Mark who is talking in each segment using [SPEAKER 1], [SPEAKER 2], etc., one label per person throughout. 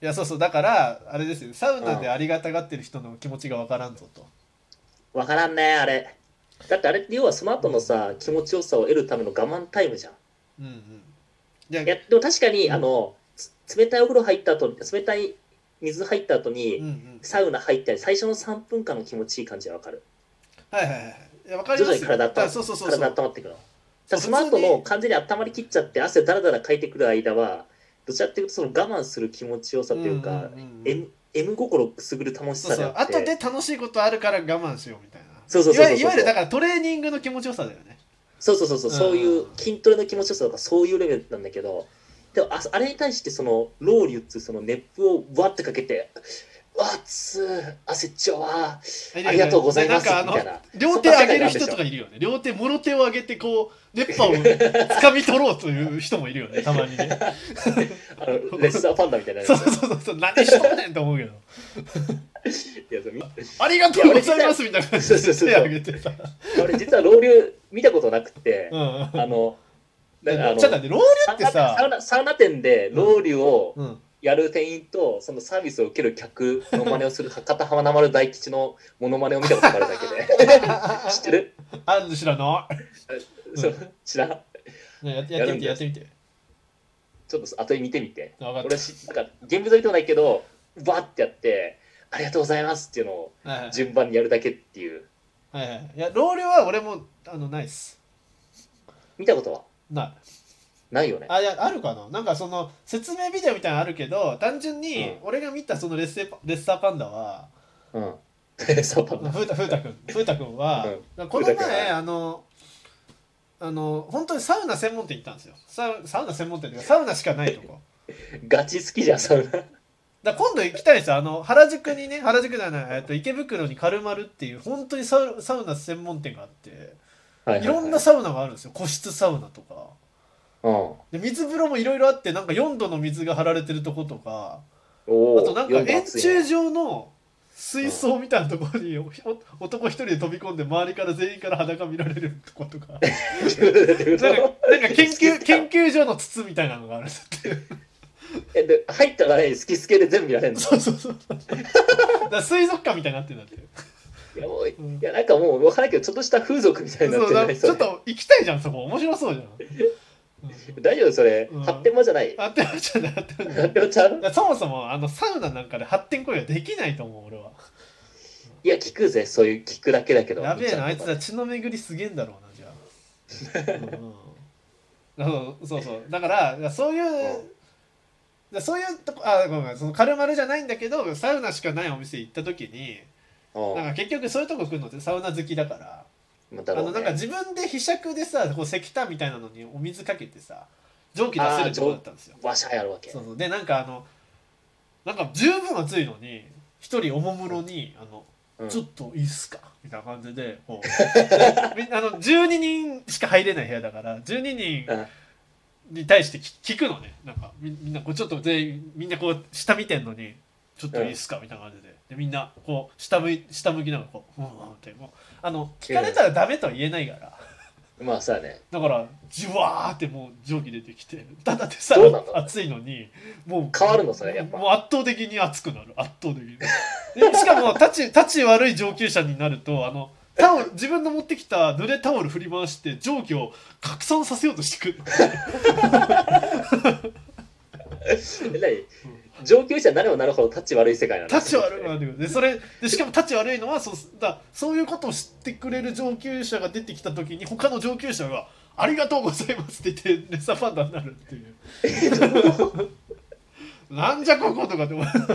[SPEAKER 1] いやそうそうだからあれですよサウナでありがたがってる人の気持ちがわからんぞと、
[SPEAKER 2] わからんね、あれ。だってあれって要はその後のさ、気持ちよさを得るための我慢タイムじゃん。
[SPEAKER 1] うんうんいや
[SPEAKER 2] いや、でも確かに、
[SPEAKER 1] うん
[SPEAKER 2] あの、つ冷たいお風呂入った後、冷たい水入った後
[SPEAKER 1] うん
[SPEAKER 2] に、
[SPEAKER 1] うん
[SPEAKER 2] サウナ入ったり、最初の3分間の気持ちいい感じはわかる。
[SPEAKER 1] はいはいはいいやわかり
[SPEAKER 2] 徐
[SPEAKER 1] ま
[SPEAKER 2] 々
[SPEAKER 1] す
[SPEAKER 2] に
[SPEAKER 1] よ
[SPEAKER 2] 体
[SPEAKER 1] だから
[SPEAKER 2] 温
[SPEAKER 1] そうそうそうそう
[SPEAKER 2] 体温まってくるの。
[SPEAKER 1] そ
[SPEAKER 2] た
[SPEAKER 1] う
[SPEAKER 2] だその後
[SPEAKER 1] 普通
[SPEAKER 2] の
[SPEAKER 1] に
[SPEAKER 2] 完全に温まりきっちゃって、汗だらだらかいてくる間は、どちらっていうと、その我慢する気持ちよさというか、
[SPEAKER 1] んんん
[SPEAKER 2] M, M 心くすぐる楽し
[SPEAKER 1] そう
[SPEAKER 2] さ
[SPEAKER 1] そ
[SPEAKER 2] であ
[SPEAKER 1] う
[SPEAKER 2] って。
[SPEAKER 1] 後で楽しいことあるから我慢しようみたいな
[SPEAKER 2] そうそうそ
[SPEAKER 1] い
[SPEAKER 2] うそうそう
[SPEAKER 1] わゆるいわゆるだからトレーニングの気持ちよさだよね
[SPEAKER 2] そうそうそうそう、
[SPEAKER 1] うん
[SPEAKER 2] そういう筋トレの気持ちよさとかそういうレベルなんだけどでもああれに対してそのロウリュっていうその熱風をわってかけて「うわっつー汗っちょわ
[SPEAKER 1] あ
[SPEAKER 2] ーありがとうございます」み
[SPEAKER 1] な
[SPEAKER 2] た
[SPEAKER 1] んか
[SPEAKER 2] い
[SPEAKER 1] あの
[SPEAKER 2] な
[SPEAKER 1] 両手上げる人とかいるよね両手もろ手を上げてこう熱波を掴み取ろうという人もいるよねたまに ね
[SPEAKER 2] あのレッサーパンダみたいなやつ
[SPEAKER 1] そうそうそうそう何しとんねんと思うけど
[SPEAKER 2] いやそうみ
[SPEAKER 1] ありがとうございますみたいな感じ
[SPEAKER 2] そうそう
[SPEAKER 1] で
[SPEAKER 2] そう
[SPEAKER 1] 手上げてさ
[SPEAKER 2] 俺実はロウリュ見たことなくて
[SPEAKER 1] う、んうん
[SPEAKER 2] あの
[SPEAKER 1] ち
[SPEAKER 2] だからあ
[SPEAKER 1] ょ
[SPEAKER 2] の
[SPEAKER 1] っと待ってロール
[SPEAKER 2] サウ
[SPEAKER 1] ってさ
[SPEAKER 2] ナサウナサウナ店でロウリュを
[SPEAKER 1] うん
[SPEAKER 2] やる店員と、そのサービスを受ける客の真似をする博多華丸大吉のモノマネを見たことがあるだ けで知ってる
[SPEAKER 1] あんの知らな
[SPEAKER 2] そう知らん
[SPEAKER 1] いねやってやってみてや
[SPEAKER 2] や
[SPEAKER 1] ってみて
[SPEAKER 2] ちょっと後で見てみて。
[SPEAKER 1] 分かっ
[SPEAKER 2] 俺し、なんか、現物は見てもないけど、バッてやって、ありがとうございますっていうのを
[SPEAKER 1] たはいはい
[SPEAKER 2] 順番にやるだけっていう。
[SPEAKER 1] はいはいいやロールは俺もあのないっす
[SPEAKER 2] 見たことは
[SPEAKER 1] ない
[SPEAKER 2] ないよね。
[SPEAKER 1] あいやあるかななんかその説明ビデオみたいなのあるけど単純に俺が見たそのレッセレッサーパンダは
[SPEAKER 2] うん。 そう
[SPEAKER 1] ふ
[SPEAKER 2] だな。
[SPEAKER 1] うたふうたくんふうたくんは
[SPEAKER 2] うん、
[SPEAKER 1] だからこの
[SPEAKER 2] ふうたくんは
[SPEAKER 1] 前
[SPEAKER 2] い
[SPEAKER 1] あのあの本当にサウナ専門店行ったんですよサウサウナ専門店というかサウナしかないとこ
[SPEAKER 2] ガチ好きじゃん、サウナ。
[SPEAKER 1] だから今度行きたいんですよあの原宿にね原宿じゃない、えっと、池袋にカルマルっていう本当にサウサウナ専門店があって
[SPEAKER 2] はい
[SPEAKER 1] ろんな
[SPEAKER 2] サ
[SPEAKER 1] サウナがあるんですよ個室サウナとか
[SPEAKER 2] ウナ。うん。
[SPEAKER 1] で水風呂もいろいろあってなんか4度の水が張られてるとことか
[SPEAKER 2] おお。
[SPEAKER 1] あとなんか
[SPEAKER 2] 夜も
[SPEAKER 1] 円
[SPEAKER 2] 暑いね
[SPEAKER 1] 柱状の水槽みたいなところにおお男一人で飛び込んで周りから全員から裸見られると ことかなんかなんか研究研究所の筒みたいなのがあるんだって
[SPEAKER 2] え、で、入ったらね、好き好きで全部見られるの。
[SPEAKER 1] そうそうそうだから水族館みたいになってるんだって、
[SPEAKER 2] いや、もうい
[SPEAKER 1] うん
[SPEAKER 2] や、なんかもう、わからんけど、ちょっとした風俗みたいになっ
[SPEAKER 1] そ
[SPEAKER 2] て
[SPEAKER 1] うだ
[SPEAKER 2] な
[SPEAKER 1] から
[SPEAKER 2] い
[SPEAKER 1] ちょ
[SPEAKER 2] そ
[SPEAKER 1] っ
[SPEAKER 2] れ。
[SPEAKER 1] と行きたいじゃんそこ面白そうじゃん、うん
[SPEAKER 2] 大丈夫それ
[SPEAKER 1] うん。
[SPEAKER 2] 発展場じゃない。
[SPEAKER 1] あってましたねあってましたね
[SPEAKER 2] 発展場ちゃう
[SPEAKER 1] だからそもそもあのサウナなんかで発展行為はできないと思う俺はい
[SPEAKER 2] や、聞くぜ、そういう聞くだけだけど。
[SPEAKER 1] やべえなあいつら血の巡りすげえんだろうなじゃ あ、うんうんそうそうそうだからそういう、
[SPEAKER 2] うん
[SPEAKER 1] だそういうとこあごめんごめんその軽々じゃないんだけどサウナしかないお店行った時に
[SPEAKER 2] うん
[SPEAKER 1] なんか結局そういうとこ来るのってサウナ好きだから
[SPEAKER 2] まあだ
[SPEAKER 1] あ
[SPEAKER 2] ろう
[SPEAKER 1] の
[SPEAKER 2] ね
[SPEAKER 1] なんか自分でひしゃくでさこう石炭みたいなのにお水かけてさ蒸気出せるとこだったんですよ
[SPEAKER 2] わしゃやるわけ。
[SPEAKER 1] そうそうでなんかあのなんか十分暑いのに一人おもむろにあの
[SPEAKER 2] うん
[SPEAKER 1] ちょっといいっすか みたいな感じでこう みんなあの12人しか入れない部屋だから12人に対して聞聞くのねなんかみみんなこうちょっと全員みんなこう下見てんのにちょっといいっすかみたいな感じででみんなこう下向い下向きながらこう「うんうん」ってもうあの聞かれたらダメとは言えないから。
[SPEAKER 2] まあさね。
[SPEAKER 1] だからじわーってもう蒸気出てきてただでさ
[SPEAKER 2] そうなの
[SPEAKER 1] え暑いのにもう
[SPEAKER 2] 変わるのそれやっぱ
[SPEAKER 1] もう圧倒的に暑くなる圧倒的にでしかも立ち 立ち悪い上級者になるとあのタオル自分の持ってきた濡れタオル振り回して蒸気を拡散させようとしてくる
[SPEAKER 2] え何上級者になればなるほどタッチ悪い世界なの
[SPEAKER 1] 立ち悪いなんだよでそれでしかも立ち悪いのはそうだそういうことを知ってくれる上級者が出てきた時に他の上級者が「ありがとうございます」って言ってレッサーパンダになるっていう。なんじゃこことかって思う。マジ
[SPEAKER 2] いや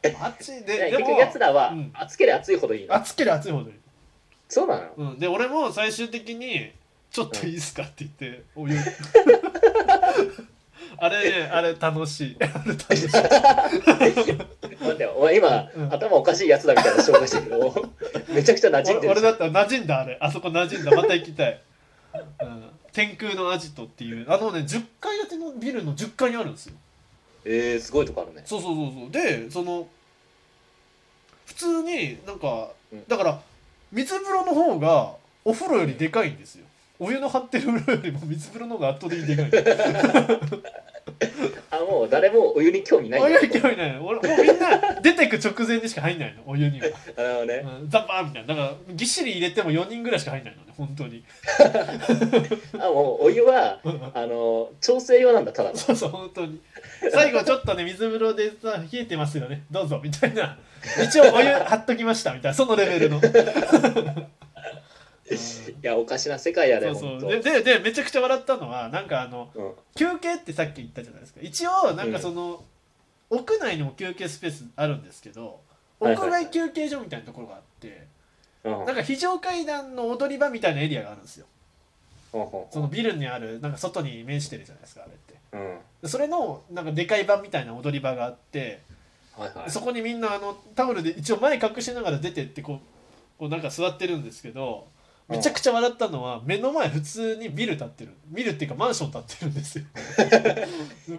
[SPEAKER 1] でで
[SPEAKER 2] 結
[SPEAKER 1] も
[SPEAKER 2] 局やつらは
[SPEAKER 1] うん
[SPEAKER 2] 暑ければ暑いほどいいの。
[SPEAKER 1] 熱けりゃ熱いほどいい。
[SPEAKER 2] そうなの
[SPEAKER 1] うん、で俺も最終的に「ちょっといいっすか?」って言ってお湯 あれねあれ楽しい。あれ楽しい
[SPEAKER 2] 待ってよお前今、
[SPEAKER 1] うん
[SPEAKER 2] 頭おかしいやつだみたいな紹介してるけど、めちゃくちゃ馴染んで
[SPEAKER 1] 俺
[SPEAKER 2] る
[SPEAKER 1] 俺
[SPEAKER 2] じ
[SPEAKER 1] だ
[SPEAKER 2] ゃん。
[SPEAKER 1] ったら馴染んだあれあそこ馴染んだまた行きたい、うん、天空のアジトっていうあのね10階建てのビルの10階にあるんですよ
[SPEAKER 2] えー、すごいとこあるね。
[SPEAKER 1] そうそうそうそうでその普通になんか
[SPEAKER 2] うん
[SPEAKER 1] だから水風呂の方がお風呂よりでかいんですよお湯の張ってる風呂よりも水風呂の方が圧倒的にでかい
[SPEAKER 2] あもう誰もお湯に興味ないん
[SPEAKER 1] お
[SPEAKER 2] だ
[SPEAKER 1] 湯に興味ないの俺もうみんな出てく直前にしか入んないのお湯には、
[SPEAKER 2] あのね
[SPEAKER 1] うん、ザバーンみたいなだからぎっしり入れても4人ぐらいしか入んないのね本当に
[SPEAKER 2] あもうお湯はあの調整用なんだただの
[SPEAKER 1] そうそう本当に最後ちょっとね水風呂でさ冷えてますよねどうぞみたいな 一応お湯張っときましたみたいなそのレベ ルの、うん
[SPEAKER 2] いやおかしな世界やで
[SPEAKER 1] そう
[SPEAKER 2] 本
[SPEAKER 1] そ
[SPEAKER 2] 当
[SPEAKER 1] うでででめちゃくちゃ笑ったのはなんかあの
[SPEAKER 2] うん
[SPEAKER 1] 休憩ってさっき言ったじゃないですか一応なんかその、屋内にも休憩スペースあるんですけど
[SPEAKER 2] はい
[SPEAKER 1] 屋
[SPEAKER 2] はい
[SPEAKER 1] 外休憩所みたいなところがあって、
[SPEAKER 2] うん
[SPEAKER 1] なんか非常階段の踊り場みたいなエリアがあるんですよそのビルにあるなんか外に面してるじゃないですかあれって
[SPEAKER 2] うんうん
[SPEAKER 1] でそれのなんかでかい版みたいな踊り場があって
[SPEAKER 2] はいはい
[SPEAKER 1] そこにみんなあのタオルで一応前隠しながら出てってこうこうなんか座ってるんですけどめちゃくちゃ笑ったのは目の前普通にビル建ってるビルっていうかマンション建ってるんですよ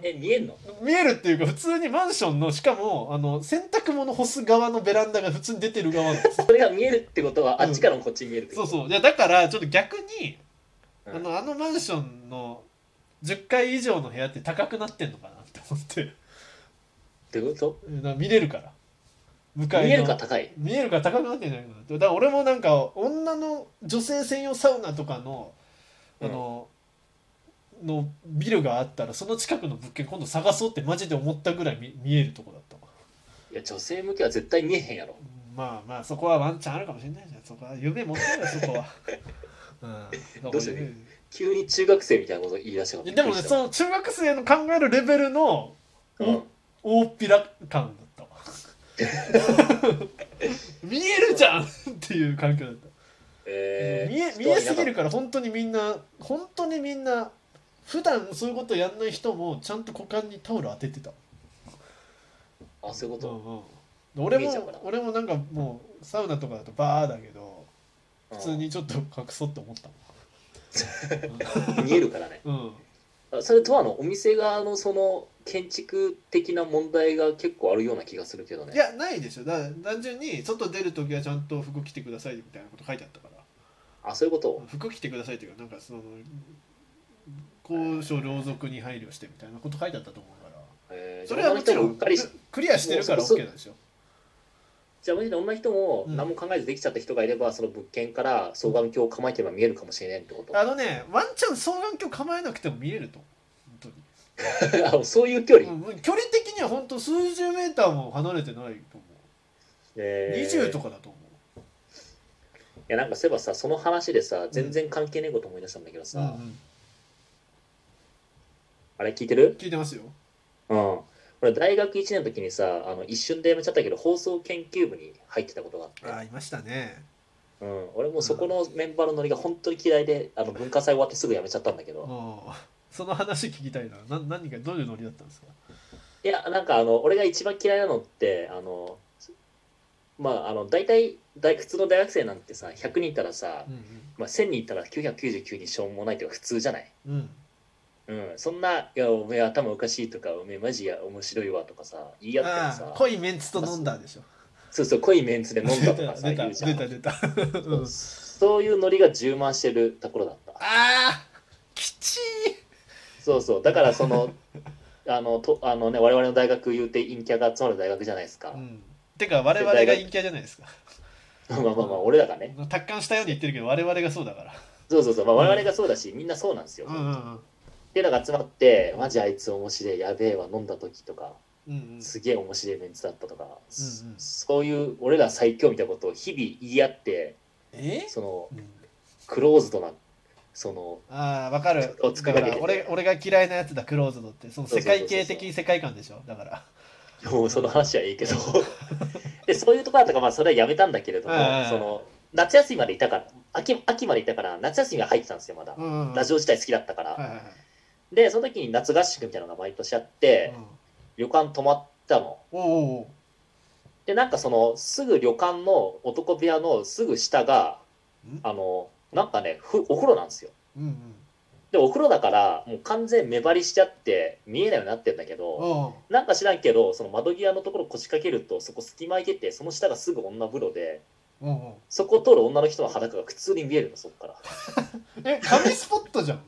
[SPEAKER 2] え見えんの
[SPEAKER 1] 見えるっていうか普通にマンションのしかもあの洗濯物干す側のベランダが普通に出てる側 なんですよ
[SPEAKER 2] それが見えるってことはあ
[SPEAKER 1] うん
[SPEAKER 2] っちからもこっちに見えるってこ
[SPEAKER 1] そう
[SPEAKER 2] と
[SPEAKER 1] そういやだからちょっと逆に
[SPEAKER 2] う
[SPEAKER 1] あ
[SPEAKER 2] ん
[SPEAKER 1] のあのマンションの10階以上の部屋って高くなってんのかなって思って
[SPEAKER 2] ってこと
[SPEAKER 1] うんだから見れるから向かいの
[SPEAKER 2] 見えるか高い
[SPEAKER 1] 見えるから高くなってんじゃないかなってだから俺もなんか女の女性専用サウナとかのあの、のビルがあったらその近くの物件今度探そうってマジで思ったぐらい見見えるとこだったわ
[SPEAKER 2] いや女性向けは絶対見えへんやろ
[SPEAKER 1] まあまあそこはワンチャンあるかもしれないじゃんそこは夢持ってるよそこは、うん、
[SPEAKER 2] どうする急に中学生みたいなこと言い出したから
[SPEAKER 1] い
[SPEAKER 2] び
[SPEAKER 1] や
[SPEAKER 2] っ
[SPEAKER 1] でも
[SPEAKER 2] くり
[SPEAKER 1] ね
[SPEAKER 2] した
[SPEAKER 1] その中学生の考えるレベルの
[SPEAKER 2] うん
[SPEAKER 1] 大っぴら感だったわ 見えるじゃんっていう環境だった、
[SPEAKER 2] えー
[SPEAKER 1] 見え見えすぎるから本当にみんな本当にみんな普段そういうことやんない人もちゃんと股間にタオル当ててた
[SPEAKER 2] あそういうこ
[SPEAKER 1] うん
[SPEAKER 2] と
[SPEAKER 1] うん、俺
[SPEAKER 2] 見えちゃうから
[SPEAKER 1] も俺もなんかもうサウナとかだとバーだけど
[SPEAKER 2] う
[SPEAKER 1] 普
[SPEAKER 2] ん
[SPEAKER 1] 通にちょっと隠そうって思った
[SPEAKER 2] 見えるからね
[SPEAKER 1] もん、うん、
[SPEAKER 2] あそれとはあのお店側のその建築的な問題が結構あるような気がするけどね
[SPEAKER 1] いやないでしょだから単純に外出る時はちゃんと服着てくださいみたいなこと書いてあったから
[SPEAKER 2] あそういうこと
[SPEAKER 1] 服着てくださいっていうかなんかその高所両俗に配慮してみたいなこと書いてあったと思うから
[SPEAKER 2] えー
[SPEAKER 1] それはもちろ
[SPEAKER 2] 女の人もうんっかりし
[SPEAKER 1] クリアしてるから
[SPEAKER 2] もうそう
[SPEAKER 1] OK なんでしょ
[SPEAKER 2] じゃあもし女の人も
[SPEAKER 1] うん
[SPEAKER 2] 何も考えずできちゃった人がいればその物件から双眼鏡を構えてれば見えるかもしれないってこと
[SPEAKER 1] あのねワンチャン双眼鏡構えなくても見れると本
[SPEAKER 2] あそういう距
[SPEAKER 1] 当
[SPEAKER 2] 離、
[SPEAKER 1] に、うん距離的には本当数十メーターも離れてないと思う、
[SPEAKER 2] えー
[SPEAKER 1] 20と
[SPEAKER 2] い
[SPEAKER 1] かだと思う
[SPEAKER 2] やなんかそういえばさその話でさ全然関係ないこと思い出したんだけどさ、
[SPEAKER 1] うんうん
[SPEAKER 2] あれ聞いてる
[SPEAKER 1] 聞いてますよ
[SPEAKER 2] うん俺大学1年の時にさあの一瞬で辞めちゃったけど放送研究部に入ってたことがあって
[SPEAKER 1] あいましたね
[SPEAKER 2] うん、俺もそこのメンバーのノリが本当に嫌いであの文化祭終わってすぐ辞めちゃったんだけど、
[SPEAKER 1] もうその話聞きたいなな何がどういうノリだったんですか
[SPEAKER 2] いやなんかあの俺が一番嫌いなのってあのまああの大体大普通の大学生なんてさ100人いたらさ、
[SPEAKER 1] う
[SPEAKER 2] まあ、1000人いたら999人しょうもないとか普通じゃない、
[SPEAKER 1] んうん
[SPEAKER 2] うん、そんな「いやおめえ頭おかしい」とか「おめえマジや面白いわ」とかさ言い合って
[SPEAKER 1] あ
[SPEAKER 2] も
[SPEAKER 1] あ
[SPEAKER 2] さ
[SPEAKER 1] 濃いメンツと飲んだでしょ
[SPEAKER 2] そうそう濃いメンツで飲んだ
[SPEAKER 1] 出
[SPEAKER 2] と
[SPEAKER 1] た
[SPEAKER 2] かさ
[SPEAKER 1] 出た
[SPEAKER 2] 言うじゃ
[SPEAKER 1] 出た
[SPEAKER 2] ん
[SPEAKER 1] 出たうん
[SPEAKER 2] そういうノリが充満してるところだった
[SPEAKER 1] あーきち
[SPEAKER 2] そうそうだから そのあのとあのね我々の大学言うて陰キャが集まる大学じゃないですか、
[SPEAKER 1] い、うん、てか我々が陰キャじゃないですか
[SPEAKER 2] まあまあまあ俺らがね
[SPEAKER 1] 達観したように言ってるけど我々がそうだから
[SPEAKER 2] そうそうそう、まあ、我々がそうだし、みんなそうなんですよ、
[SPEAKER 1] うんうん
[SPEAKER 2] っていうのが集まってマジあいつ面白いやべえわ飲んだ時とか
[SPEAKER 1] うんうん
[SPEAKER 2] すげえ面白いメンツだったとか、そ
[SPEAKER 1] うん
[SPEAKER 2] そういう俺ら最強みたいなことを日々言い合って
[SPEAKER 1] え、
[SPEAKER 2] その
[SPEAKER 1] うん、
[SPEAKER 2] クローズドなその
[SPEAKER 1] ああわかる
[SPEAKER 2] お
[SPEAKER 1] だ
[SPEAKER 2] 作り
[SPEAKER 1] か
[SPEAKER 2] 上げ
[SPEAKER 1] ら
[SPEAKER 2] て
[SPEAKER 1] 俺俺が嫌いなやつだクローズドってその世界系的世界観でしょだから
[SPEAKER 2] もうその話はいい けどでそういうところだったからまあそれはやめたんだけれども
[SPEAKER 1] はいはいはい
[SPEAKER 2] その夏休みまでいたから秋秋までいたから夏休みが入ってたんですよまだ、
[SPEAKER 1] うんうん
[SPEAKER 2] ラジオ自体好きだったから、
[SPEAKER 1] はいはいはい
[SPEAKER 2] でその時に夏合宿みたいなのが毎年あって、
[SPEAKER 1] うん
[SPEAKER 2] 旅館泊まったの
[SPEAKER 1] おうおう
[SPEAKER 2] でなんかそのすぐ旅館の男部屋のすぐ下が
[SPEAKER 1] ん
[SPEAKER 2] あのなんかねふお風呂なんですよ
[SPEAKER 1] おううんうん
[SPEAKER 2] でお風呂だからもう完全目張りしちゃって見えないようになってんだけど
[SPEAKER 1] おう
[SPEAKER 2] なんか知らんけどその窓際のところ腰掛けるとそこ隙間空いててその下がすぐ女風呂で
[SPEAKER 1] おうおう
[SPEAKER 2] そこを通る女の人の裸が普通に見えるのそっから
[SPEAKER 1] え神スポットじゃん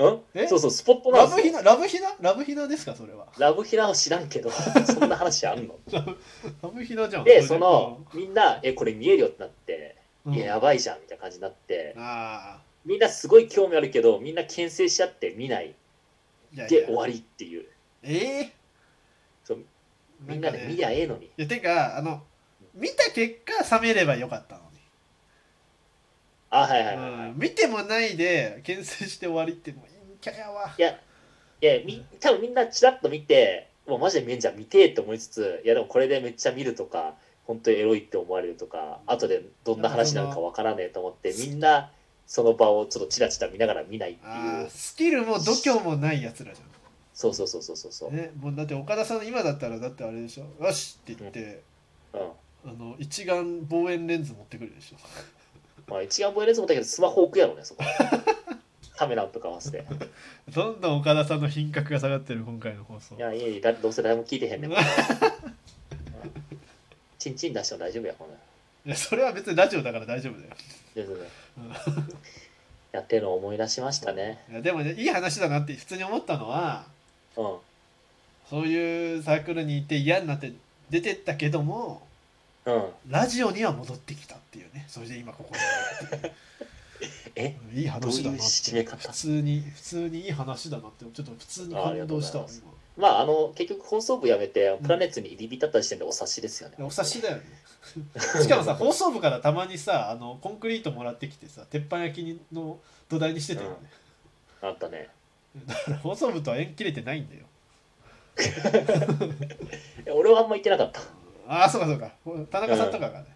[SPEAKER 2] うん
[SPEAKER 1] え
[SPEAKER 2] そうそう、スポットな
[SPEAKER 1] ラ
[SPEAKER 2] ん
[SPEAKER 1] ブ
[SPEAKER 2] です
[SPEAKER 1] ヒ
[SPEAKER 2] よ。
[SPEAKER 1] ナラブヒナラブヒナですかそれは
[SPEAKER 2] ラブヒナは知らん けど、そんな話あんの。
[SPEAKER 1] ラブヒナじゃん
[SPEAKER 2] で、その、みんな、え、これ見えるよってなって、
[SPEAKER 1] うん
[SPEAKER 2] いや、やばいじゃんみたいな感じになって、
[SPEAKER 1] ああ
[SPEAKER 2] みんなすごい興味あるけど、みんな牽制し合って見ない。
[SPEAKER 1] いやいや
[SPEAKER 2] で、終わりっていう。
[SPEAKER 1] ええ
[SPEAKER 2] そうみんなで見
[SPEAKER 1] い
[SPEAKER 2] りゃええのに。
[SPEAKER 1] やてかあの見た結果冷めればよかったのに、
[SPEAKER 2] あ、はいはいはいはい。
[SPEAKER 1] うん見てもないで牽制して終わりってもう陰キャやわ
[SPEAKER 2] いや、いや、み、多分みんなチラッと見て、もうマジで見えんじゃん、見てえって思いつつ、いや、でもこれでめっちゃ見るとか、本当にエロいって思われるとか、後でどんな話なのかわからねえと思って、みんな、その場をちょっとチラチラ見ながら見ないってい
[SPEAKER 1] あ
[SPEAKER 2] う
[SPEAKER 1] ー。スキルも度胸もないやつらじゃ
[SPEAKER 2] そうそうそうそうそうそう。
[SPEAKER 1] ん、ね、もうだって岡田さん今だったらだってあれでしょよしって言って、
[SPEAKER 2] うん。
[SPEAKER 1] あの一眼望遠レンズ持ってくるでしょ
[SPEAKER 2] まあ、一眼ボイレズもだけど、スマホ置くやろね、そこ。 カメラとか合わせて。
[SPEAKER 1] どんどん岡田さんの品格が下がってる今回の放送
[SPEAKER 2] いや、いやいや、だどうせ誰も聞いてへんねん。チンチン出しても大丈夫や、こんなん
[SPEAKER 1] いやそれは別にラジオだから大丈夫だよ
[SPEAKER 2] 全然やってるのを思い出しましたね。
[SPEAKER 1] いやでもねいい話だなって普通に思ったのは
[SPEAKER 2] うん。
[SPEAKER 1] そういうサークルにいて嫌になって出てったけども
[SPEAKER 2] うん。
[SPEAKER 1] ラジオには戻ってきたっていうねそれで今ここに いるっていういい話だなっ
[SPEAKER 2] どういう
[SPEAKER 1] て
[SPEAKER 2] 締め方
[SPEAKER 1] 普通に普通にいい話だなってちょっと普通に感動したわ
[SPEAKER 2] あありがとうございます
[SPEAKER 1] 今
[SPEAKER 2] まあ、あの、結局放送部やめて、プラネッツに入り浸った時点でお察しですよね。
[SPEAKER 1] お察しだよねしか もさ放送部からたまにさあのコンクリートもらってきてさ鉄板焼きの土台にしてたよね、
[SPEAKER 2] あったね。
[SPEAKER 1] だから放送部とは縁切れてないんだよ
[SPEAKER 2] え俺はあんま行ってなかった。
[SPEAKER 1] ああそうかそうかほ田中さんとかがね、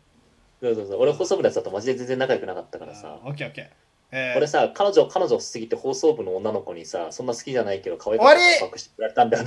[SPEAKER 2] そうそうそう。俺放送部のやつだとマジで全然仲良くなかったからさ
[SPEAKER 1] あ。ーオッケーオッケーえー
[SPEAKER 2] 俺さ、彼女、彼女を過ぎて放送部の女の子にさ、そんな好きじゃないけど可愛
[SPEAKER 1] 終わ
[SPEAKER 2] か
[SPEAKER 1] り
[SPEAKER 2] ったって告白してくれたんだよね